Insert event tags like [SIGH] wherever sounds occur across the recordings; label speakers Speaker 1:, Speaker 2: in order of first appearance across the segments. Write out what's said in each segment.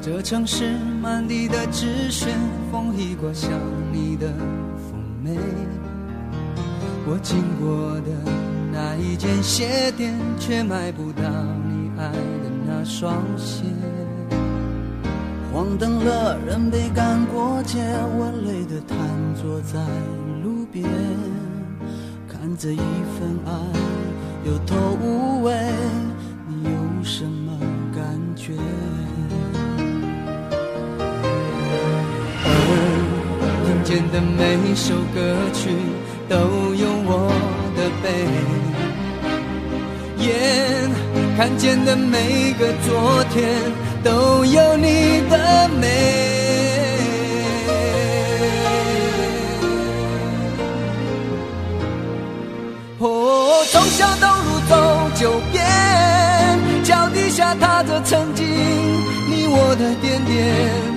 Speaker 1: 这城市满地的纸屑，风一过想你的妩媚。我经过的那一间鞋店，却买不到你爱的那双鞋。黄灯了，人被赶过街，我累得瘫坐在路边，看着一份爱有头无尾，你有什么感觉？哦，听见的每首歌曲都有我的悲，眼看见的每个昨天都有你的美。哦，从小走路走九遍，脚底下踏着曾经你我的点点。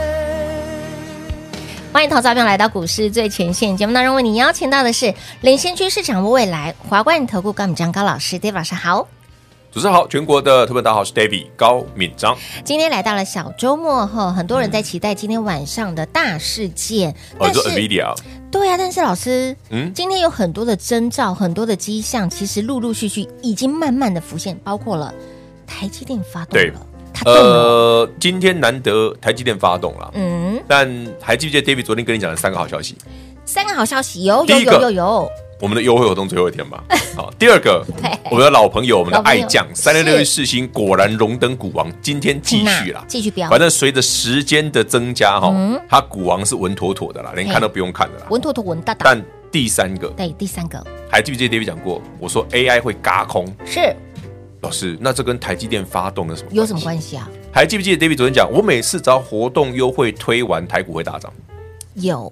Speaker 2: 欢迎投资朋友来到股市最前线节目当中，为你邀请到的是领先趋势掌握未来华冠投顾高敏章高老师，David 老师好。
Speaker 3: 主持人好，全国的特别大家好，我是 David 高敏章。
Speaker 2: 今天来到了小周末后，很多人在期待今天晚上的大事件，
Speaker 3: 哦，你说 NVIDIA
Speaker 2: 对啊，但是老师，嗯
Speaker 3: 嗯，
Speaker 2: 今天有很多的征兆，很多的迹象，其实陆陆续续已经慢慢的浮现，包括了台积电发动
Speaker 3: 对
Speaker 2: 了，它动了，
Speaker 3: 呃，今天难得台积电发动了，
Speaker 2: 嗯，
Speaker 3: 但还记不记得 David 昨天跟你讲的三个好消息？
Speaker 2: 三个好消息，有有
Speaker 3: 第一
Speaker 2: 有
Speaker 3: 个
Speaker 2: 有有，
Speaker 3: 我们的优惠活动最后一天
Speaker 2: [LAUGHS]
Speaker 3: 嘛。好，第二个，我们的老朋友，我们的
Speaker 2: 老朋
Speaker 3: 爱
Speaker 2: 友
Speaker 3: 将三六六一世星果然荣登股王，今天继续啦
Speaker 2: 那，继续飙
Speaker 3: 反正随着时间的增加哈
Speaker 2: 嗯，
Speaker 3: 它股王是稳妥妥的啦，连
Speaker 2: 嘿
Speaker 3: 看都不用看的啦。
Speaker 2: 文妥妥文大大，
Speaker 3: 但第三个，
Speaker 2: 对，第三个
Speaker 3: 还记不记得 David 讲过？我说 AI 会嘎空，
Speaker 2: 是
Speaker 3: 老师，那这跟台积电发动有什么
Speaker 2: 有什么
Speaker 3: 系？
Speaker 2: 关系啊？
Speaker 3: 还记不记得 David 昨天讲，我每次只要活动优惠推完，台股会大涨。
Speaker 2: 有，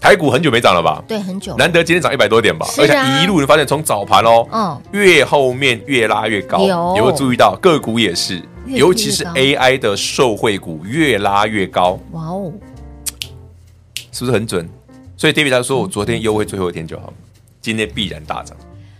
Speaker 3: 台股很久没涨了吧？
Speaker 2: 对，很久，
Speaker 3: 难得今天涨一百多点吧，
Speaker 2: 哦是
Speaker 3: 而
Speaker 2: 啊
Speaker 3: 且一路你发现从早盘哦，
Speaker 2: 嗯
Speaker 3: 越后面越拉越高，
Speaker 2: 有
Speaker 3: 有没有注意到个股也是，
Speaker 2: 越
Speaker 3: 尤其是
Speaker 2: 拉越
Speaker 3: AI 的受惠股越拉越高，
Speaker 2: 哇哦，
Speaker 3: 是不是很准？所以 David 他说，我昨天优惠最后一天就好了，今天必然大涨。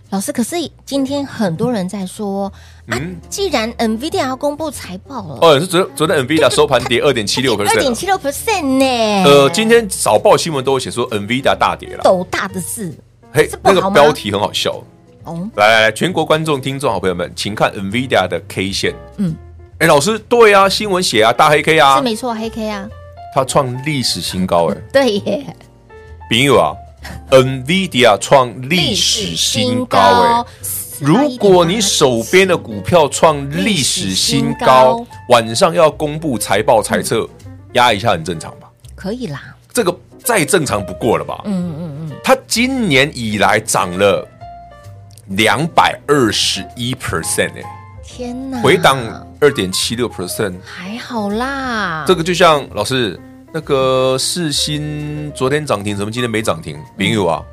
Speaker 2: 老师，可是今天很多人在说啊，既然 NVIDIA 要公布财报了，
Speaker 3: 嗯哦，你是昨昨天 NVIDIA 收盘跌二点七六
Speaker 2: 二点
Speaker 3: percent，
Speaker 2: 七六 percent 呢，
Speaker 3: 呃，今天早报新闻都有写说 NVIDIA 大跌了，
Speaker 2: 斗大的字
Speaker 3: 嘿
Speaker 2: 这，不
Speaker 3: 那
Speaker 2: 好吗
Speaker 3: 个标题很好笑。
Speaker 2: 哦，
Speaker 3: 来来来，全国观众、听众、好朋友们，请看 NVIDIA 的 K 线。
Speaker 2: 嗯
Speaker 3: 嗯，哎，老师，对啊，新闻写啊，大黑 K
Speaker 2: 是
Speaker 3: 啊，
Speaker 2: 没错，黑 K 啊，
Speaker 3: 它创历史新高哎，
Speaker 2: [LAUGHS] 对耶，
Speaker 3: 朋友啊，NVIDIA 创历史新高哎。如果你手边的股票创历史
Speaker 2: 历史
Speaker 3: 新
Speaker 2: 新
Speaker 3: 高
Speaker 2: 高，嗯
Speaker 3: 晚上要公布财报猜测，压一下很正常吧？
Speaker 2: 可以啦，
Speaker 3: 这个再正常不过了吧？
Speaker 2: 嗯嗯嗯，
Speaker 3: 它今年以来涨了两百二十一 percent 哎。
Speaker 2: 天哪，
Speaker 3: 回档二点七六 percent，
Speaker 2: 还好啦，
Speaker 3: 这个就像老师那个世新昨天涨停，怎么今天没涨停？林友啊，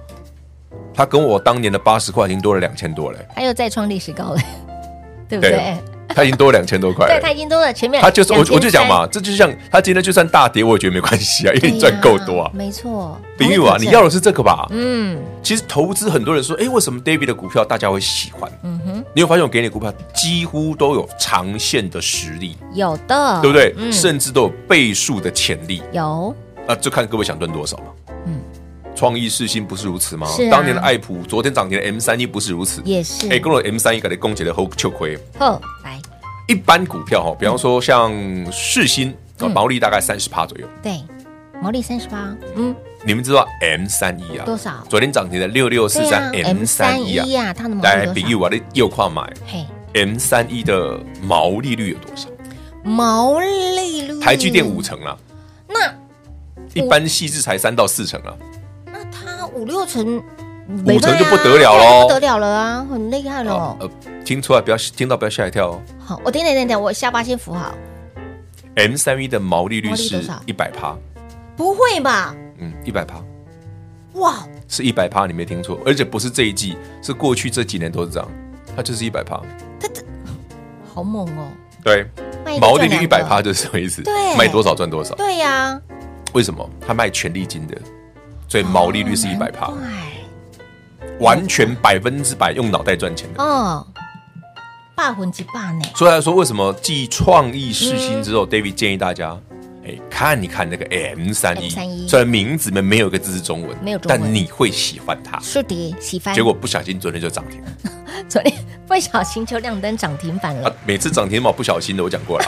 Speaker 3: 他跟我当年的八十块已经多了两千多嘞，
Speaker 2: 还有再创历史高了， [LAUGHS] 对不
Speaker 3: 对
Speaker 2: 对？
Speaker 3: 他已经多了两千多块
Speaker 2: [LAUGHS] 对，它
Speaker 3: 了。
Speaker 2: 已经多了前面，
Speaker 3: 他就是我我就讲，嘛，这就像他今天就算大跌，我也觉得没关系啊，
Speaker 2: [LAUGHS]
Speaker 3: 因为你赚够多啊。
Speaker 2: 没错，
Speaker 3: 林友啊，你要的是这个吧？
Speaker 2: 嗯
Speaker 3: 其实投资很多人说，哎，为什么 David 的股票大家会喜欢？
Speaker 2: 嗯哼，
Speaker 3: 你有发现我给你的股票几乎都有长线的实力，
Speaker 2: 有的，
Speaker 3: 对不对？
Speaker 2: 嗯，
Speaker 3: 甚至都有倍数的潜力。
Speaker 2: 有，
Speaker 3: 那就看各位想赚多少嘛。
Speaker 2: 嗯
Speaker 3: 嗯，创意世新不是如此吗？
Speaker 2: 是啊
Speaker 3: 当年的爱普，昨天涨停的 M 三一不是如此？
Speaker 2: 也是，
Speaker 3: 哎，跟我 M 三一个的攻起来后就亏。
Speaker 2: 后来
Speaker 3: 一般股票哈，比方说像世新，啊
Speaker 2: 嗯
Speaker 3: 毛利大概三十趴左右。
Speaker 2: 对，毛利三十八，嗯，
Speaker 3: 你们知道 M 三一啊
Speaker 2: 多少
Speaker 3: 昨天涨停的六六四
Speaker 2: 对啊
Speaker 3: 三 M 三一啊，
Speaker 2: 呀，它的毛利
Speaker 3: 来
Speaker 2: 多
Speaker 3: 比
Speaker 2: 少
Speaker 3: 喻？我的右跨买，
Speaker 2: 嘿，
Speaker 3: M 三一的毛利率有多少？
Speaker 2: 嗯毛利率，
Speaker 3: 台积电五成啦、
Speaker 2: 那
Speaker 3: 一般细致才三到四成啊。
Speaker 2: 那它五六成，
Speaker 3: 五成就不得了
Speaker 2: 了，
Speaker 3: 喽
Speaker 2: 啊不得了了啊，很厉害
Speaker 3: 啊
Speaker 2: 了。
Speaker 3: 呃，听出来不要听到不要吓一跳哦。
Speaker 2: 好，我等等等等，我下巴先扶好。
Speaker 3: M 三一的毛利率
Speaker 2: 毛利多
Speaker 3: 是
Speaker 2: 少
Speaker 3: 一百趴，
Speaker 2: 不会吧？
Speaker 3: 嗯，一百趴
Speaker 2: 哇，
Speaker 3: 是一百趴，你没听错，而且不是这一季，是过去这几年都是这样，它就是一百趴。
Speaker 2: 好猛哦！
Speaker 3: 对
Speaker 2: 卖一，个
Speaker 3: 毛利率
Speaker 2: 赚两
Speaker 3: 一
Speaker 2: 个
Speaker 3: 百趴 [LAUGHS] 就是什么意思？
Speaker 2: 对
Speaker 3: 卖多少赚多少。
Speaker 2: 对呀、
Speaker 3: 为什么？他卖权利金的，所以毛利
Speaker 2: 哦
Speaker 3: 率是一百趴，
Speaker 2: 哎，
Speaker 3: 完全百分之百用脑袋赚钱的。
Speaker 2: 哦，霸魂之霸呢？
Speaker 3: 所以来说，为什么继创意试新之后、
Speaker 2: 嗯
Speaker 3: d a v i d 建议大家，哎，看一看那个 M 三一，
Speaker 2: M31
Speaker 3: 虽然名字里面没有一个字是中文，
Speaker 2: 没有中文
Speaker 3: 但你会喜欢它。
Speaker 2: 是的，喜欢。
Speaker 3: 结果不小心昨天就涨停
Speaker 2: 昨天 [LAUGHS] 不小心就亮灯涨停板了，
Speaker 3: 啊！每次涨停嘛，不小心的我讲过了，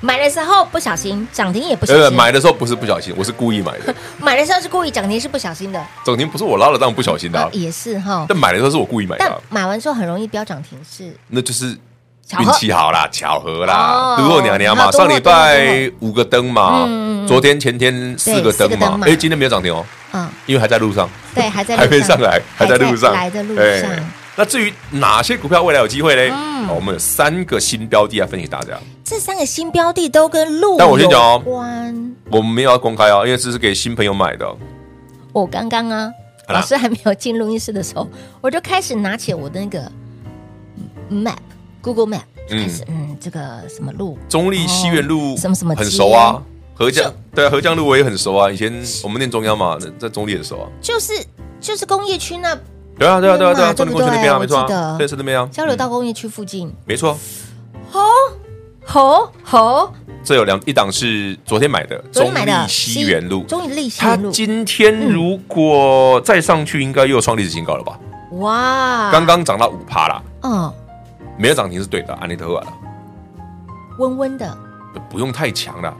Speaker 2: 买的时候不小心，涨停也 [LAUGHS] 不小
Speaker 3: 呃，
Speaker 2: 心。
Speaker 3: 买的时候不是不小心，我是故意买
Speaker 2: [LAUGHS]
Speaker 3: 的。
Speaker 2: 买的时候是故意涨停是不小心的，
Speaker 3: 涨停不是我拉了，当然不小心的、
Speaker 2: 啊
Speaker 3: 啊，
Speaker 2: 也是哈。
Speaker 3: 但买的时候是我故意买的
Speaker 2: 但
Speaker 3: 啊，
Speaker 2: 买完之后很容易飙涨停是
Speaker 3: 那就是
Speaker 2: 巧
Speaker 3: 运
Speaker 2: 合
Speaker 3: 气好啦，巧合
Speaker 2: 哦
Speaker 3: 啦，独我娘娘嘛，
Speaker 2: 好多
Speaker 3: 上
Speaker 2: 货
Speaker 3: 礼拜五个灯嘛
Speaker 2: 嗯嗯嗯，
Speaker 3: 昨天前天四个
Speaker 2: 对
Speaker 3: 灯
Speaker 2: 四个灯
Speaker 3: 嘛
Speaker 2: 嘛，
Speaker 3: 哎，今天没有涨停哦，
Speaker 2: 嗯，
Speaker 3: 因为还在路上，
Speaker 2: 对，还在路
Speaker 3: 还没上来，还在路上，
Speaker 2: 来的路
Speaker 3: 哎
Speaker 2: 上。
Speaker 3: 那至于哪些股票未来有机会嘞？哦
Speaker 2: 嗯
Speaker 3: 好我们有三个新标的来分给大家，
Speaker 2: 这三个新标的都跟路
Speaker 3: 但我先讲
Speaker 2: 有
Speaker 3: 哦
Speaker 2: 关。
Speaker 3: 我们没有要公开哦，因为这是给新朋友买的哦。
Speaker 2: 我刚刚啊，
Speaker 3: 好
Speaker 2: 老
Speaker 3: 啦
Speaker 2: 师还没有进录音室的时候，我就开始拿起我的那个 map Google Map，就开始嗯这个什么路
Speaker 3: 中立西园路
Speaker 2: 哦什么什么
Speaker 3: 很熟啊
Speaker 2: 街，
Speaker 3: 合江对啊，合江路我也很熟啊，以前我们念中央嘛，在中立很熟啊。
Speaker 2: 就是就是工业区那
Speaker 3: 对啊，对啊，对啊，对啊，
Speaker 2: 对
Speaker 3: 中
Speaker 2: 不
Speaker 3: 立
Speaker 2: 对
Speaker 3: 公园那边啊，没错
Speaker 2: 我记得
Speaker 3: 啊，对，是那边啊，
Speaker 2: 交流道
Speaker 3: 嗯
Speaker 2: 工业区附近，
Speaker 3: 没错。
Speaker 2: 吼吼，
Speaker 3: 这有两一档是昨天买的，
Speaker 2: 昨
Speaker 3: 中
Speaker 2: 天买的
Speaker 3: 立西园路。
Speaker 2: 中立西
Speaker 3: 它
Speaker 2: 园路，
Speaker 3: 今天如果再上去，应该又创历史新高了吧？
Speaker 2: 哇，
Speaker 3: 刚刚涨到五趴啦，
Speaker 2: 哦，
Speaker 3: 没有涨停是对的，安利特尔了，
Speaker 2: 温温的，
Speaker 3: 不用太强了。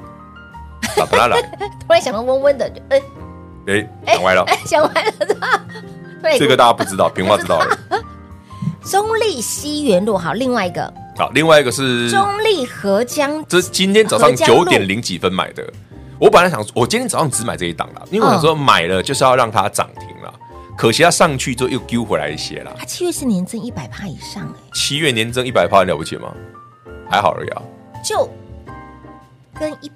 Speaker 3: 啦不啦 [LAUGHS] 啦，
Speaker 2: 突然想到温温的，就 [LAUGHS] 哎
Speaker 3: 哎，讲歪了，
Speaker 2: 哎，想完了是吧？对
Speaker 3: 这个大家不知道，平话知道而已。
Speaker 2: 中立西园路好，另外一个
Speaker 3: 好，另外一个是，
Speaker 2: 中立河江
Speaker 3: 这是今天早上
Speaker 2: 合江路
Speaker 3: 九点零几分买的。我本来想，我今天早上只买这一档啦，因为我想说买了就是要让它涨停啦。可惜它上去之后又丢回来一些啦。
Speaker 2: 它七月是年增一百趴以上哎、
Speaker 3: 七月年增一百趴，了不起吗？还好而已啊。
Speaker 2: 就跟一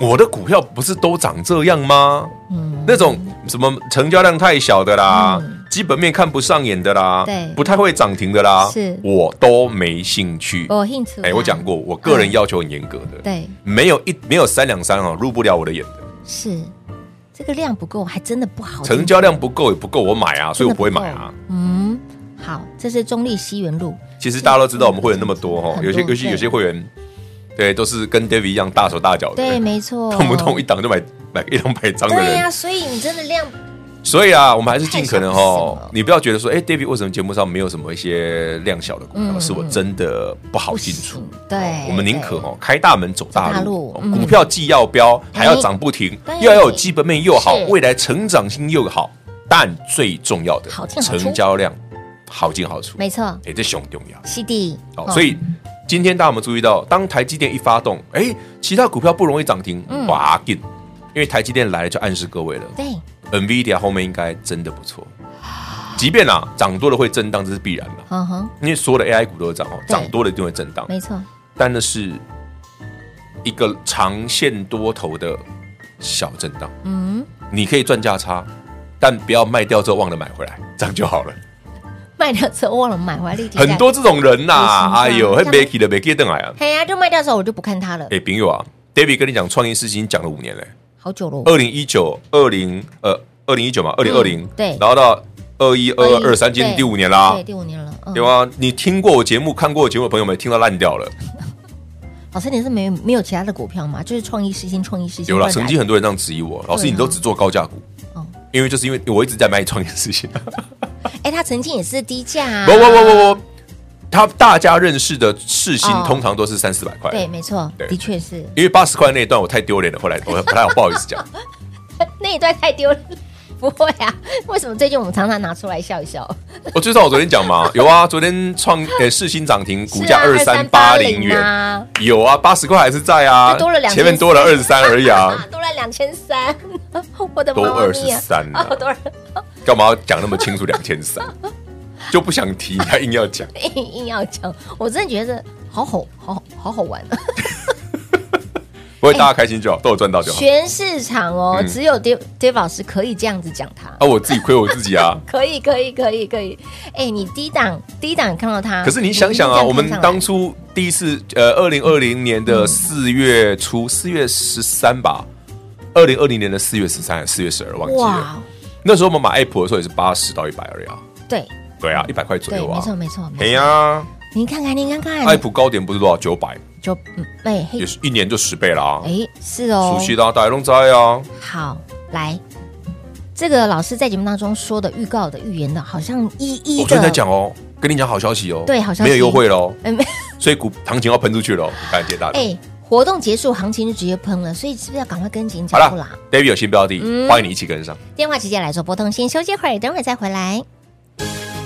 Speaker 3: 我的股票不是都长这样吗？
Speaker 2: 嗯
Speaker 3: 那种什么成交量太小的啦，
Speaker 2: 嗯
Speaker 3: 基本面看不上眼的啦，
Speaker 2: 对
Speaker 3: 不太会涨停的啦，
Speaker 2: 是
Speaker 3: 我都没兴趣。
Speaker 2: 我有兴趣啊，
Speaker 3: 哎、我讲过，我个人要求很严格的，
Speaker 2: 对
Speaker 3: 没有一没有三两三哦，入不了我的眼的。
Speaker 2: 是这个量不够，还哦真的不好
Speaker 3: 成交量不够也不够我买啊，所以我不会买
Speaker 2: 真的
Speaker 3: 啊
Speaker 2: 不。嗯，好，这是中立西园路，
Speaker 3: 其实大家都知道我们会员那么多哦，
Speaker 2: 很多
Speaker 3: 有些有些
Speaker 2: 对
Speaker 3: 有些会员，对，都是跟 David 一样大手大脚的，
Speaker 2: 对，没错，
Speaker 3: [LAUGHS] 动不动一档就买买一两百张的
Speaker 2: 对
Speaker 3: 人
Speaker 2: 呀、，所以你真的量
Speaker 3: 所以啊，我们还是尽可能
Speaker 2: 太小不行
Speaker 3: 哦
Speaker 2: 了，
Speaker 3: 你不要觉得说，哎、d a v i d 为什么节目上没有什么一些量小的股票，
Speaker 2: 嗯
Speaker 3: 是我真的不好
Speaker 2: 不
Speaker 3: 进
Speaker 2: 行
Speaker 3: 出。，哦
Speaker 2: 对，
Speaker 3: 我们宁可
Speaker 2: 对
Speaker 3: 哦，开大门走
Speaker 2: 走大
Speaker 3: 大
Speaker 2: 路
Speaker 3: 路，
Speaker 2: 嗯
Speaker 3: 哦股票既要标，还要涨不停，
Speaker 2: 对
Speaker 3: 又要有基本面又好
Speaker 2: 是，
Speaker 3: 未来成长性又好，但最重要的
Speaker 2: 好进好出
Speaker 3: 成交量好进好出，
Speaker 2: 没错，
Speaker 3: 哎、这熊重要。
Speaker 2: 西地哦
Speaker 3: 好，所以今天大家有没有注意到，当台积电一发动，哎、其他股票不容易涨停
Speaker 2: 嗯，
Speaker 3: 哇劲，因为台积电来了就暗示各位了，
Speaker 2: 对
Speaker 3: NVIDIA 后面应该真的不错。即便啊涨多了会震荡，这是必然的，
Speaker 2: 嗯哼，
Speaker 3: 因为所有的 AI 股都会涨哦，
Speaker 2: 对
Speaker 3: 涨多了一定会震荡。
Speaker 2: 没错，
Speaker 3: 但那是一个长线多头的小震荡，
Speaker 2: 嗯，
Speaker 3: 你可以赚价差，但不要卖掉之后忘了买回来，这样就好了。
Speaker 2: 卖掉之后忘了买回来嗯立体
Speaker 3: 很多这种人呐、
Speaker 2: 行吧
Speaker 3: 哎呦，
Speaker 2: 这
Speaker 3: 会
Speaker 2: 样
Speaker 3: b a k y 的 b a k y 邓来啊，
Speaker 2: 嘿呀、就卖掉的时候我就不看它了，
Speaker 3: 哎，朋友啊，David 跟你讲创业事情讲了五年嘞、
Speaker 2: 好久了，
Speaker 3: 二零一九、二零呃二零一九嘛，二零二零
Speaker 2: 嗯对
Speaker 3: 然后到二一、二二、二三，今
Speaker 2: 对
Speaker 3: 年第五年啦，
Speaker 2: 对，第五年了，嗯
Speaker 3: 有啊，你听过我节目、看过我节目的朋友们，听到烂掉了。
Speaker 2: 嗯老师，你是没有没有其他的股票吗？就是创意实现，创意实现
Speaker 3: 有了，
Speaker 2: 不然
Speaker 3: 曾经很多人这样质疑我，老师，
Speaker 2: 对啊
Speaker 3: 你都只做高价股
Speaker 2: 哦，
Speaker 3: 因为就是因为我一直在卖创业事情。
Speaker 2: 哎，他曾经也是低价啊，
Speaker 3: 不不不不不，他大家认识的世新
Speaker 2: 哦
Speaker 3: 通常都是三四百块，
Speaker 2: 对，没错，
Speaker 3: 对
Speaker 2: 的确是 [LAUGHS]
Speaker 3: 因为八十块那一段我太丢脸了，后来我不太好不好意思讲。
Speaker 2: 那一段太丢了， [LAUGHS] 不会啊，为什么最近我们常常拿出来笑一笑？
Speaker 3: 我就像我昨天讲
Speaker 2: [LAUGHS]
Speaker 3: 嘛，有啊，昨天创呃世新涨停，股价
Speaker 2: 是
Speaker 3: 二
Speaker 2: 啊
Speaker 3: 三八零
Speaker 2: 2380
Speaker 3: 元，
Speaker 2: 啊，
Speaker 3: 有啊，八十块还是在啊，
Speaker 2: 就多了两，
Speaker 3: 前面多了二十三而已
Speaker 2: [LAUGHS]
Speaker 3: 啊
Speaker 2: 啊，，多了两千三， [LAUGHS] 我的
Speaker 3: 多
Speaker 2: 妈
Speaker 3: 二十
Speaker 2: 咪啊！
Speaker 3: 三
Speaker 2: [LAUGHS]
Speaker 3: 啊
Speaker 2: 哦，，多了，
Speaker 3: 干嘛要讲那么清楚？两千
Speaker 2: [LAUGHS]
Speaker 3: 三就不想提，还硬要讲，
Speaker 2: 硬硬要讲，我真的觉得好好好好好玩。啊
Speaker 3: 不过大家开心就好，都有赚到就好。
Speaker 2: 全市场哦，
Speaker 3: 啊嗯
Speaker 2: 只有 Dave Dave 老师可以这样子讲他。
Speaker 3: 啊，我自己亏我自己啊。
Speaker 2: 可以，可以，可以，可以。哎、你低档低档看到他，
Speaker 3: 可是你想想啊，
Speaker 2: 哎这样
Speaker 3: 我们
Speaker 2: 看上来嗯
Speaker 3: 当初第一次，呃，二零二零年的四月初，四月十三吧，二零二零年的四月十三还是四月十二，忘记了。
Speaker 2: 哇，
Speaker 3: 那时候我们买 Apple 的时候也是八十到一百而已啊，
Speaker 2: 对
Speaker 3: 对啊，一百块
Speaker 2: 嗯
Speaker 3: 左
Speaker 2: 对，
Speaker 3: 右
Speaker 2: 没
Speaker 3: 啊。
Speaker 2: 错哎没错。没错
Speaker 3: 哎呀，
Speaker 2: 你看看，你看看，
Speaker 3: 爱普高点哎不是多少？九百，
Speaker 2: 就嗯，哎、嘿
Speaker 3: 也是一年就十倍啦。
Speaker 2: 哎，是哦
Speaker 3: 熟，悉的啊，大家都在啊。
Speaker 2: 好来。这个老师在节目当中说的预告的预言的，好像一一
Speaker 3: 我昨天在
Speaker 2: 的，
Speaker 3: 讲哦，跟你讲好消息哦，
Speaker 2: 对好消息
Speaker 3: 没有优惠喽，
Speaker 2: 哎没
Speaker 3: 所以股行情要喷出去喽，感谢大家。
Speaker 2: 哎，活动结束，行情就直接喷了，所以是不是要赶快跟紧
Speaker 3: 好
Speaker 2: 脚步
Speaker 3: 了
Speaker 2: 啦？
Speaker 3: ，David 有新标的，
Speaker 2: 嗯
Speaker 3: 欢迎你一起跟上。
Speaker 2: 电话直接来做拨通，先休息会儿，等会儿再回来。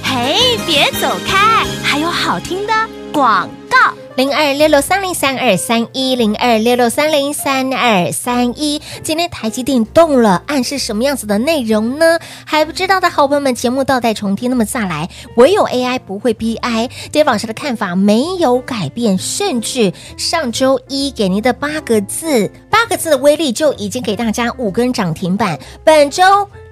Speaker 4: 嘿，别走开，还有好听的广告。
Speaker 2: 零二六六三零三二三一零二六六三零三二三一。今天台积电动了，暗示什么样子的内容呢？还不知道的好朋友们，节目倒带重听，那么再来，唯有 AI 不会 BI，Dave 老师的看法没有改变，甚至上周一给您的八个字，八个字的威力就已经给大家五根涨停板，本周。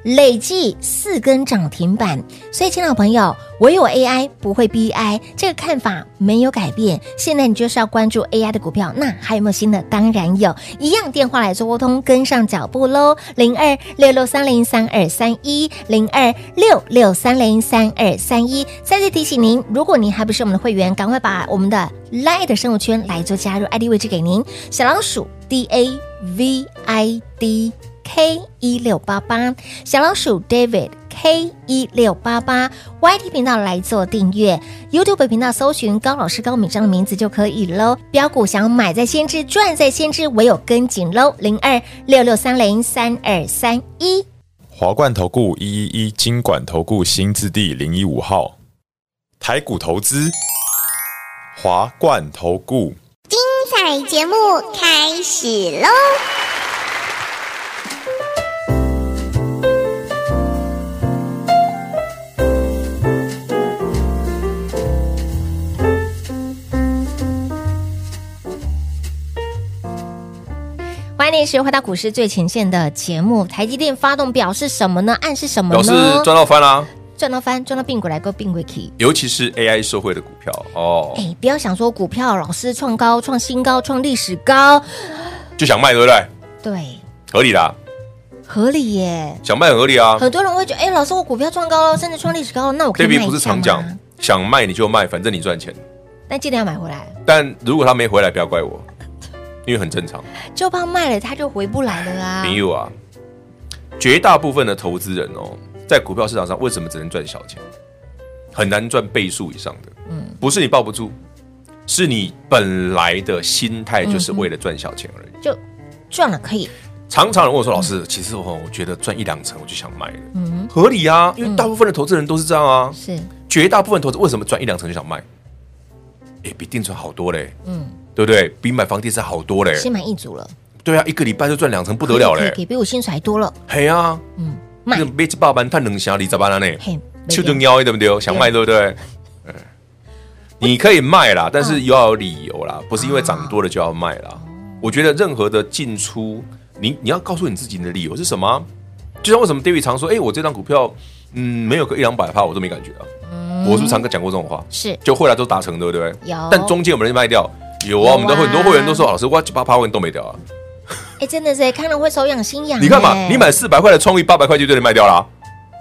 Speaker 2: 累计四根涨停板，所以，亲爱的朋友，唯有 AI 不会 BI 这个看法没有改变。现在你就是要关注 AI 的股票，那还有没有新的？当然有，一样电话来做拨通，跟上脚步喽。零二六六三零三二三一，零二六六三零三二三一。再次提醒您，如果您还不是我们的会员，赶快把我们的 Line 的生物圈来做加入，ID 位置给您，小老鼠 D A V I D。K 一六八八，小老鼠 David K 一六八八，YT 频道来做订阅，YouTube 频道搜寻高老师高敏章的名字就可以喽。标股想买在先知，赚在先知，唯有跟紧喽。零二六六三零三二三一。
Speaker 5: 华冠投顾一一一金管投顾新字第零一五号，台股投资，华冠投顾。
Speaker 6: 彩节目开始喽！
Speaker 2: 欢迎时回到股市最前线的节目。台积电发动表示什么呢？暗示什么
Speaker 3: 表
Speaker 2: 呢？
Speaker 3: 示赚到翻啦、
Speaker 2: 赚到翻，赚到并过来，够并过去。
Speaker 3: 尤其是 AI 社会的股票哦，
Speaker 2: 哎，不要想说股票老师创高、创新高、创历史高，
Speaker 3: 就想卖对不对？
Speaker 2: 对，
Speaker 3: 合理啦，
Speaker 2: 合理耶。
Speaker 3: 想卖很合理啊。
Speaker 2: 很多人会觉得，哎、老师，我股票创高了，甚至创历史高了，那我可以卖
Speaker 3: David
Speaker 2: 一啊下
Speaker 3: 不是常
Speaker 2: 吗
Speaker 3: 讲，想卖你就卖，反正你赚钱。
Speaker 2: 但记得要买回来，
Speaker 3: 但如果他没回来，不要怪我， [LAUGHS] 因为很正常。
Speaker 2: 就怕卖了它就回不来了啊。
Speaker 3: 朋友啊，绝大部分的投资人哦，在股票市场上为什么只能赚小钱？很难赚倍数以上的。嗯，不是你抱不住，是你本来的心态就是
Speaker 2: 嗯
Speaker 3: 为了赚小钱而已。
Speaker 2: 就赚了可以，
Speaker 3: 常常有人问我说：“老师，其实我我觉得赚一两成我就想卖了，嗯，合理啊，因为大部分的投资人都是这样啊，
Speaker 2: 是
Speaker 3: 绝大部分投资为什么赚一两成就想卖？哎，比定存好多嘞，嗯，对不对？比买房地产好多嘞，
Speaker 2: 心满意足了，
Speaker 3: 对啊，一个礼拜就赚两成不
Speaker 2: 不
Speaker 3: 得了嘞，
Speaker 2: 给比我薪水还多了，
Speaker 3: 嘿啊，
Speaker 2: 嗯，卖
Speaker 3: 那每次爸班探能侠你咋办了呢？
Speaker 2: 嘿，
Speaker 3: 就中腰对不对？想卖对不对？嗯你可以卖啦，但是要有理由啦，不是因为涨多了就要卖啦。我觉得任何的进出，你你要告诉你自己你的理由是什么啊、就像为什么 David 常说，哎、我这张股票，嗯，没有个一两百趴我都没感觉啊。我是不是常跟讲过这种话？
Speaker 2: 是
Speaker 3: 就后来都达成，对不对？
Speaker 2: 有
Speaker 3: 但中间有没有人卖掉？有啊，
Speaker 2: 有啊
Speaker 3: 我们的很多会员都说，老师，我八趴会员都没掉啊。
Speaker 2: 哎、真的是看了会手痒心痒、
Speaker 3: 你看嘛
Speaker 2: 哎，
Speaker 3: 你买四百块的创意，八百块就对你卖掉啦、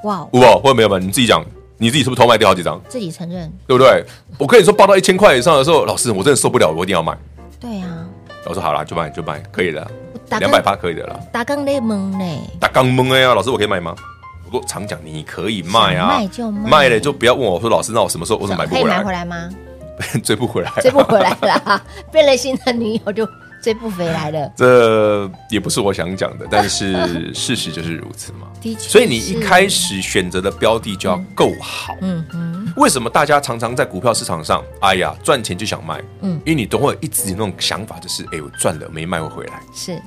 Speaker 2: 哇，
Speaker 3: 有无？会没有吗？你自己讲，你自己是不是偷卖掉好几张？
Speaker 2: 自己承认，
Speaker 3: 对不对？我跟你说，报到一千块以上的时候，老师，我真的受不了，我一定要卖。
Speaker 2: 对啊，
Speaker 3: 我说好啦，就卖就卖，可以了，
Speaker 2: 我打
Speaker 3: 两
Speaker 2: 刚
Speaker 3: 百趴可以的啦。
Speaker 2: 打刚勒蒙嘞，
Speaker 3: 打刚懵哎呀，老师，我可以卖吗？我都常讲你可以卖
Speaker 2: 想
Speaker 3: 啊，
Speaker 2: 卖就卖
Speaker 3: 卖了就不要问我说，老师，那我什么时候我怎么买不
Speaker 2: 可以
Speaker 3: [LAUGHS] 回
Speaker 2: 买回
Speaker 3: 来？
Speaker 2: 来吗？
Speaker 3: 追不回来啊，
Speaker 2: [LAUGHS] 追不回来了，变了心的女友就追不回来
Speaker 3: [LAUGHS]
Speaker 2: 了。
Speaker 3: 这也不是我想讲的，但是事实就是如此嘛。
Speaker 2: 的确，
Speaker 3: 所以你一，开始选择的标的就要够好。
Speaker 2: 嗯嗯，
Speaker 3: 为什么大家常常在股票市场上，哎呀，赚钱就想卖？
Speaker 2: 嗯
Speaker 3: 嗯，因为你都会有一直有那种想法，就是哎，我赚了没卖会回来，
Speaker 2: 是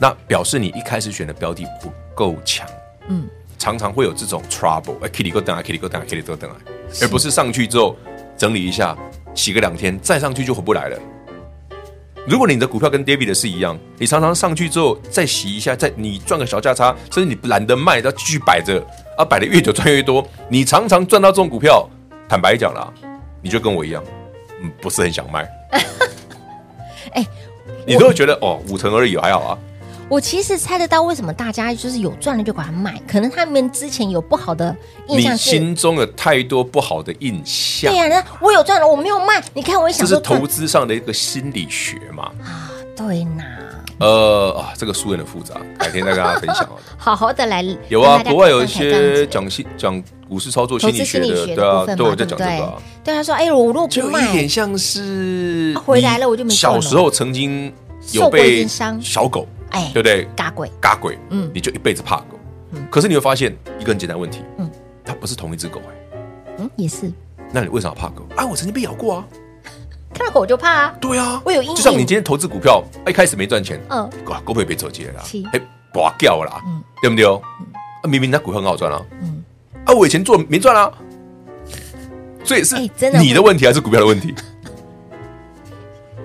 Speaker 3: 那表示你一开始选的标的不够强。
Speaker 2: 嗯
Speaker 3: 嗯，常常会有这种 trouble，哎，Kitty 哥等啊，Kitty 哥等啊，Kitty 哥等啊，而不是上去之后整理一下，洗个两天，再上去就回不来了。如果你的股票跟 David 的是一样，你常常上去之后再洗一下，再你赚个小价差，甚至你懒得卖，要继续摆着，啊，摆的越久赚越多。你常常赚到这种股票，坦白讲啦，你就跟我一样，嗯，不是很想 [LAUGHS] 卖。
Speaker 2: 哎
Speaker 3: 你都会觉得哦，五成而已，还好啊。
Speaker 2: 我其实猜得到为什么大家就是有赚了就把它买，可能他们之前有不好的印
Speaker 3: 你
Speaker 2: 象是，
Speaker 3: 心中有太多不好的印象
Speaker 2: 对，呀、那我有赚了，我没有卖，你看我也
Speaker 3: 这
Speaker 2: 想
Speaker 3: 是
Speaker 2: 说
Speaker 3: 投
Speaker 2: 赚
Speaker 3: 资上的一个心理学嘛。
Speaker 2: 啊，对呐，
Speaker 3: 呃啊，这个书有点复杂，改天再跟大家分享
Speaker 2: [LAUGHS]
Speaker 3: 哦。
Speaker 2: 好好的来
Speaker 3: 有啊，
Speaker 2: 跟大家
Speaker 3: 国外有一
Speaker 2: 看看这样子
Speaker 3: 些讲心讲股市操作
Speaker 2: 投
Speaker 3: 心
Speaker 2: 资
Speaker 3: 理
Speaker 2: 心
Speaker 3: 学
Speaker 2: 理
Speaker 3: 的，
Speaker 2: 学
Speaker 3: 对
Speaker 2: 的部
Speaker 3: 啊，
Speaker 2: 分
Speaker 3: 对，
Speaker 2: 嘛，
Speaker 3: 我
Speaker 2: 对
Speaker 3: 在
Speaker 2: 不
Speaker 3: 讲这个啊
Speaker 2: 对。？对他说，哎，我如果
Speaker 3: 就
Speaker 2: 不
Speaker 3: 有一点
Speaker 2: 卖，
Speaker 3: 像是
Speaker 2: 啊回来了我就没
Speaker 3: 你
Speaker 2: 赚了
Speaker 3: 小时候曾经有
Speaker 2: 受过一
Speaker 3: 被
Speaker 2: 点伤
Speaker 3: 小狗，
Speaker 2: 哎，
Speaker 3: 对不对？
Speaker 2: 嘎鬼，
Speaker 3: 嘎鬼，
Speaker 2: 嗯
Speaker 3: 嗯，你就一辈子怕狗
Speaker 2: 嗯。
Speaker 3: 可是你会发现一个很简单的问题，
Speaker 2: 嗯
Speaker 3: 嗯，它不是同一只狗哎，
Speaker 2: 嗯，也是，
Speaker 3: 那你为啥怕狗啊？我曾经被咬过啊，
Speaker 2: 看到狗就怕啊，
Speaker 3: 对啊，
Speaker 2: 我有阴影
Speaker 3: 就像你今天投资股票，啊一开始没赚钱，
Speaker 2: 嗯，
Speaker 3: 哇，狗被被走劫了啦
Speaker 2: 是，
Speaker 3: 哎，拔掉了啦
Speaker 2: 嗯，
Speaker 3: 对不对？哦？啊明明那股票很好赚啊
Speaker 2: 嗯，
Speaker 3: 啊，我以前做没赚啊，所以是
Speaker 2: 哎真的
Speaker 3: 你的问题还是股票的
Speaker 2: [LAUGHS]
Speaker 3: 问题？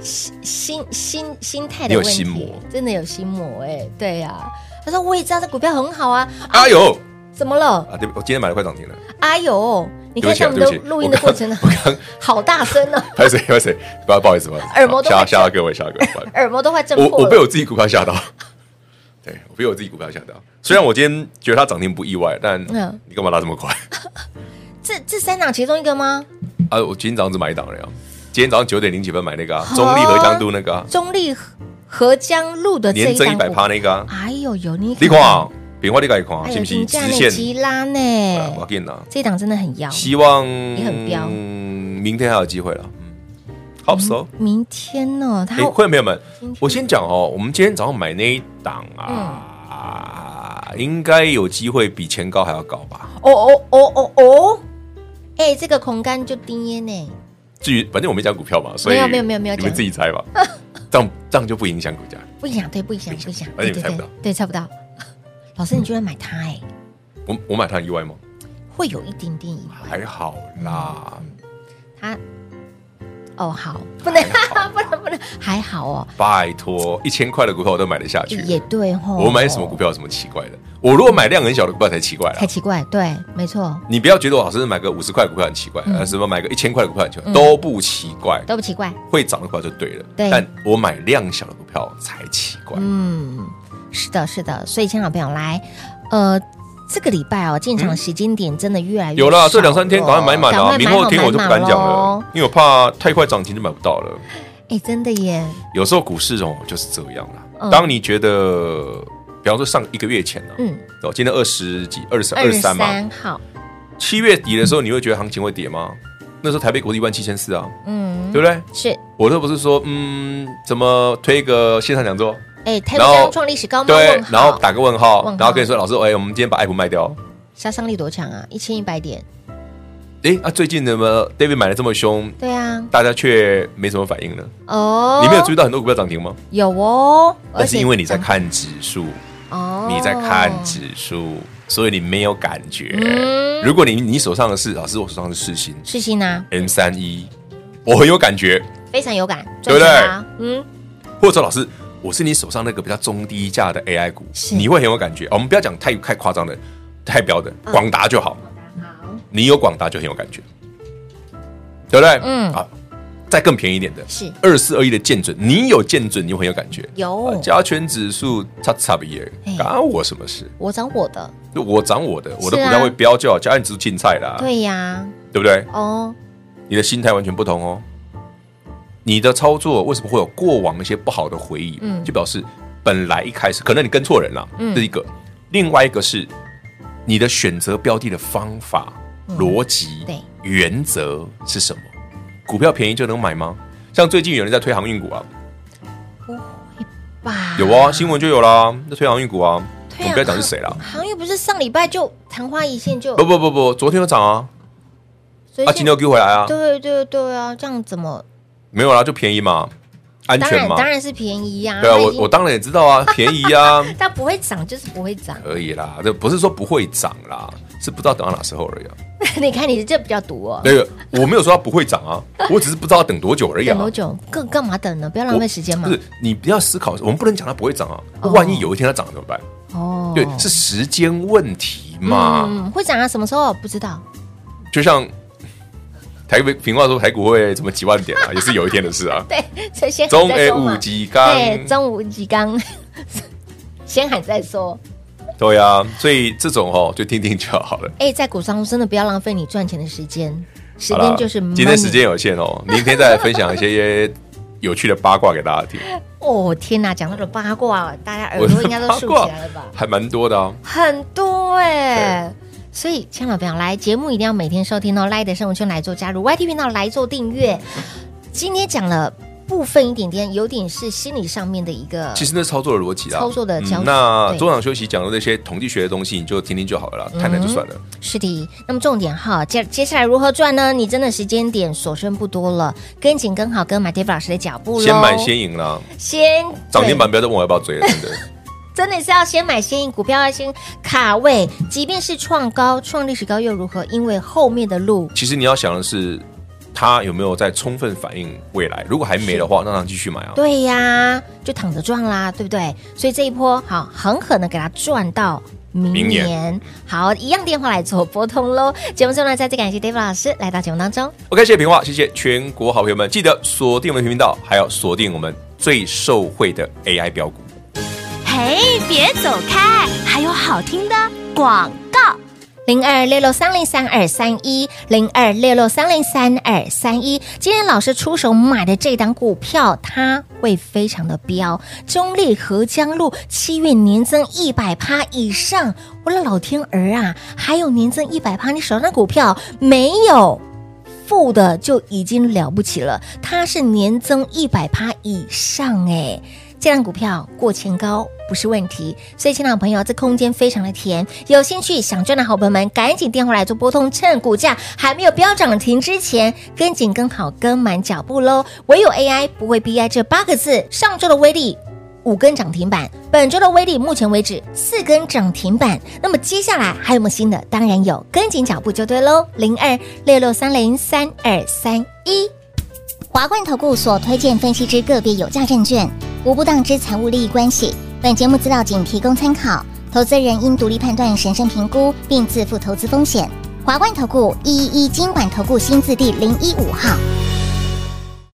Speaker 2: 心心心态
Speaker 3: 你
Speaker 2: 的
Speaker 3: 有
Speaker 2: 问题，
Speaker 3: 心魔
Speaker 2: 真的有心魔，哎，对呀，他说我也知道这股票很好啊，
Speaker 3: 哎呦，
Speaker 2: 怎么了？
Speaker 3: 啊，对，我今天买了快涨停了。
Speaker 2: 哎呦，你看
Speaker 3: 对
Speaker 2: 他
Speaker 3: 不
Speaker 2: 们的
Speaker 3: 起啊对不起
Speaker 2: 录音的过程呢
Speaker 3: 我刚，
Speaker 2: [LAUGHS] 好大声啊呢，
Speaker 3: 拍谁 [LAUGHS] 拍谁，不好不好意思不好意思，
Speaker 2: [LAUGHS] 耳膜都
Speaker 3: 吓
Speaker 2: 快
Speaker 3: 吓到各位吓到
Speaker 2: [LAUGHS]
Speaker 3: 各位，不好意思
Speaker 2: 耳膜都快震
Speaker 3: 我
Speaker 2: 破
Speaker 3: 我被
Speaker 2: 了。
Speaker 3: 我自己股票吓到， [LAUGHS] 对我被我自己股票吓到。虽然我今天觉得它涨停不意外，但
Speaker 2: 嗯
Speaker 3: 你干嘛拉这么快
Speaker 2: 这这三档其中一个吗？
Speaker 3: 啊？我今天早上只买一档了呀，今天早上九点零几分买那个啊，中立合江都那个啊，
Speaker 2: 中立合合江路的这
Speaker 3: 年
Speaker 2: 一
Speaker 3: 增一
Speaker 2: 档
Speaker 3: 百
Speaker 2: 股，
Speaker 3: 趴那个啊，
Speaker 2: 哎呦呦，你
Speaker 3: 你看啊，平花你该看啊，
Speaker 2: 哎
Speaker 3: 是
Speaker 2: 呦，
Speaker 3: 不是
Speaker 2: 金价
Speaker 3: 直
Speaker 2: 内
Speaker 3: 线？
Speaker 2: 吉拉呢？
Speaker 3: 啊我跟你讲，
Speaker 2: 这档真的很要，
Speaker 3: 希望
Speaker 2: 也很彪
Speaker 3: 明天还有机会了。嗯，Hope so。
Speaker 2: 明天呢，它
Speaker 3: 哎，会员朋友们
Speaker 2: 嗯今天，
Speaker 3: 我先讲哦，我们今天早上买那一档啊，
Speaker 2: 嗯
Speaker 3: 应该有机会比前高还要高吧？
Speaker 2: 哦哦哦哦哦，哎，这个空干就低耶呢，
Speaker 3: 至于反正我没讲股票嘛，所以
Speaker 2: 没有没有没有没有
Speaker 3: 你们
Speaker 2: 讲
Speaker 3: 自己
Speaker 2: [LAUGHS]
Speaker 3: 猜吧。这样这样就不影响股价。
Speaker 2: 不想对，不想不想，对
Speaker 3: 而
Speaker 2: 对
Speaker 3: 且哎你猜不
Speaker 2: 对
Speaker 3: 到，
Speaker 2: 对猜不到。 [LAUGHS] 老师，你居然买它哎，
Speaker 3: 我我买它很意外吗？
Speaker 2: 会有一点点意外。
Speaker 3: 还好啦，
Speaker 2: 他哦好，不
Speaker 3: 哎
Speaker 2: 能 [LAUGHS] 不能不能，还好哦，
Speaker 3: 拜托，一千块的股票我都买得下去。
Speaker 2: 也对吼。
Speaker 3: 我买什么股票有什啊么奇怪的？我如果买量很小的股票才奇怪啦
Speaker 2: 才。奇怪，对，没错，
Speaker 3: 你不要觉得我老是买个五十块的股票很奇怪，
Speaker 2: 嗯
Speaker 3: 呃，什么买个一千块的股票很奇怪，都不奇怪。
Speaker 2: 都不奇怪。
Speaker 3: 会涨的股票就对了，
Speaker 2: 嗯对
Speaker 3: 但我买量小的股票才奇怪。
Speaker 2: 嗯，是的，是的，所以亲爱的朋友来，呃。这个礼拜哦，进场时间点真的越来越
Speaker 3: 嗯有
Speaker 2: 了。
Speaker 3: 啦，这两三天赶快买满
Speaker 2: 赶快
Speaker 3: 啊！明
Speaker 2: 买
Speaker 3: 后
Speaker 2: 好
Speaker 3: 天
Speaker 2: 买
Speaker 3: 我就不
Speaker 2: 满
Speaker 3: 敢讲了
Speaker 2: 咯，。
Speaker 3: 因为我怕太快涨停就买不到了。
Speaker 2: 哎，真的耶，
Speaker 3: 有时候股市哦就是这样
Speaker 2: 嗯
Speaker 3: 啦。当你觉得，比方说上一个月前呢，
Speaker 2: 嗯，
Speaker 3: 哦，今天二十几、二十、二
Speaker 2: 二
Speaker 3: 十三嘛，
Speaker 2: 三号，
Speaker 3: 七月底的时候，你会觉得行情会跌吗？那时候台北股市一万七千四啊，
Speaker 2: 嗯，
Speaker 3: 对不对？
Speaker 2: 是，
Speaker 3: 我都不是说，嗯，怎么推个线上讲座？
Speaker 2: 哎，台
Speaker 3: 然后
Speaker 2: 湾创历史高吗？
Speaker 3: 对
Speaker 2: 哦问，号
Speaker 3: 然后打个问号
Speaker 2: 问号，
Speaker 3: 然后跟你说，老师，哎，我们今天把爱普卖掉。
Speaker 2: 杀伤力多强啊，一千一百点，
Speaker 3: 哎，啊，最近怎么 David 买的这么凶，
Speaker 2: 对啊，
Speaker 3: 大家却没什么反应呢？
Speaker 2: 哦，
Speaker 3: 你没有注意到很多股票涨停吗？
Speaker 2: 有哦，
Speaker 3: 那是因为你在
Speaker 2: 看。
Speaker 3: 看指数，
Speaker 2: 哦
Speaker 3: 你在看指数，所以你没有感觉。
Speaker 2: 嗯
Speaker 3: 如果你你手上的是老师，我手上的是世新
Speaker 2: 世新啊，
Speaker 3: M 三一，我很有感觉。
Speaker 2: 非常有感，
Speaker 3: 对不对
Speaker 2: 赚钱啊？嗯，
Speaker 3: 或者说老师，我是你手上那个比较中低价的 AI 股，
Speaker 2: 是
Speaker 3: 你会很有感觉。哦我们不要讲太太夸张的，太标的，
Speaker 2: 嗯
Speaker 3: 广达就好。你有广达就很有感觉，对不对？
Speaker 2: 嗯
Speaker 3: 啊，再更便宜一点的，
Speaker 2: 是
Speaker 3: 二四二一的见准，你有见准，你就很有感觉。啊
Speaker 2: 有，
Speaker 3: 加权指数差差不耶
Speaker 2: 哦哎，
Speaker 3: 干我什么事？
Speaker 2: 我涨我的，
Speaker 3: 就我涨我的，我的
Speaker 2: 是啊
Speaker 3: 股票会飙就好，加权指数竞赛啦，
Speaker 2: 对呀，
Speaker 3: 对不对？
Speaker 2: 哦，
Speaker 3: 你的心态完全不同哦。你的操作为什么会有过往一些不好的回忆？
Speaker 2: 嗯
Speaker 3: 就表示本来一开始可能你跟错人了，
Speaker 2: 嗯
Speaker 3: 这一个。另外一个是你的选择标的的方法、逻辑
Speaker 2: 嗯对、
Speaker 3: 原则是什么？股票便宜就能买吗？像最近有人在推航运股啊，
Speaker 2: 吧？
Speaker 3: 有啊，新闻就有啦，那推航运股啊，我
Speaker 2: 对啊，
Speaker 3: 们不要讲是谁啦。
Speaker 2: 航运不是上礼拜就昙花一现就
Speaker 3: 不，不不不，昨天有涨啊，
Speaker 2: 所以
Speaker 3: 啊，
Speaker 2: 现
Speaker 3: 今天又给回来啊，
Speaker 2: 对对对啊，这样怎么？
Speaker 3: 没有啦，就便宜嘛，安
Speaker 2: 当
Speaker 3: 全
Speaker 2: 然
Speaker 3: 嘛。
Speaker 2: 当然是便宜呀、
Speaker 3: 对啊，
Speaker 2: 它已
Speaker 3: 我
Speaker 2: 经
Speaker 3: 我当然也知道啊，便宜啊，
Speaker 2: 但不会涨就是不会涨。 [LAUGHS]
Speaker 3: 可以啦，这不是说不会涨啦，是不知道等到哪时候而已、啊。
Speaker 2: 你看你这比较毒哦，
Speaker 3: 那个我没有说它不会
Speaker 2: [LAUGHS]
Speaker 3: 涨啊，我只是不知道要等多久而已啊。
Speaker 2: 等多久？更干嘛等呢？不要浪费时间嘛
Speaker 3: 不。是，你不要思考，我们不能讲它不会涨啊。
Speaker 2: 哦
Speaker 3: 万一有一天它涨了怎么办？
Speaker 2: 哦，
Speaker 3: 对，是时间问题嘛。
Speaker 2: 嗯，会涨到什么时候不知道。 [LAUGHS]
Speaker 3: 就像台北平话说台股会怎么几万点
Speaker 2: [LAUGHS]
Speaker 3: 啊，也是有一天的事啊。
Speaker 2: 对，所以先喊
Speaker 3: 中
Speaker 2: 再
Speaker 3: 诶
Speaker 2: 说
Speaker 3: 五
Speaker 2: 嘛。
Speaker 3: 级刚，
Speaker 2: 对，中午几刚， [LAUGHS] 先喊再说。
Speaker 3: 对啊，所以这种哦就听听就好了。
Speaker 2: 哎，在股商真的不要浪费你赚钱的时间，时
Speaker 3: 好啦
Speaker 2: 间就是 money
Speaker 3: 今天时间有限哦，明天再来分享一些 [LAUGHS] 有趣的八卦给大家听。？
Speaker 2: 哦，天哪，讲到了八卦，大家耳朵应该都竖起来了吧
Speaker 3: 还蛮多的啊。
Speaker 2: 很多哎、所以，千万不要来节目，一定要每天收听哦。来的生活圈来做加入，YT 频道来做订阅。今天讲了部分一点点，有点是心理上面的一个，
Speaker 3: 其实那是操作的逻辑
Speaker 2: 啊
Speaker 3: 啦，
Speaker 2: 操作的
Speaker 3: 嗯
Speaker 2: 教学
Speaker 3: 那
Speaker 2: 对嗯
Speaker 3: 中场休息讲的那些统计学的东西，你就听听就好了啦，谈谈就算了。
Speaker 2: 是的。那么重点哈，接接下来如何赚呢？你真的时间点所剩不多了，跟紧跟好跟马蒂夫老师的脚步喽。
Speaker 3: 先买先赢啦，
Speaker 2: 先
Speaker 3: 涨停板不要再问我要不要追了，真的。
Speaker 2: 真的是要先买先赢股票，要先卡位，即便是创高、创历史高又如何？因为后面的路
Speaker 3: 其实你要想的是，它有没有在充分反映未来？如果还没的话，那它继续买啊。
Speaker 2: 对呀，就躺着赚啦，对不对？所以这一波好，很可能给它赚到明年。
Speaker 3: 明年
Speaker 2: 好，一样电话来做拨通喽。节目最后呢，再次感谢 David 老师来到节目当中。
Speaker 3: OK，谢谢平话，谢谢全国好朋友们，记得锁定我们的频道，还要锁定我们最受惠的 AI 标股。
Speaker 4: 嘿，别走开，还有好听的广告。
Speaker 2: 零二六六三零三二三一，零二六六三零三二三一。今天老师出手买的这档股票，它会非常的飙。中立合江路七月年增一百趴以上，我的老天儿啊！还有年增一百趴，你手上的股票没有？负的就已经了不起了，它是年增一百趴以上哎。这档股票过前高不是问题，所以，亲爱的朋友，这空间非常的甜，有兴趣想赚的好朋友们，赶紧电话来做拨通，趁股价还没有飙涨停之前，跟紧、跟好、跟满脚步喽。唯有 AI 不会 BI 这八个字，上周的威力五根涨停板，本周的威力目前为止四根涨停板。那么接下来还有没有新的？当然有，跟紧脚步就对喽。零二六六三零三二三一。
Speaker 6: 华冠投顾所推荐分析之个别有价证券，无不当之财务利益关系。本节目资料仅提供参考，投资人应独立判断、审慎评估，并自负投资风险。华冠投顾一一一金管投顾新字第零一五号。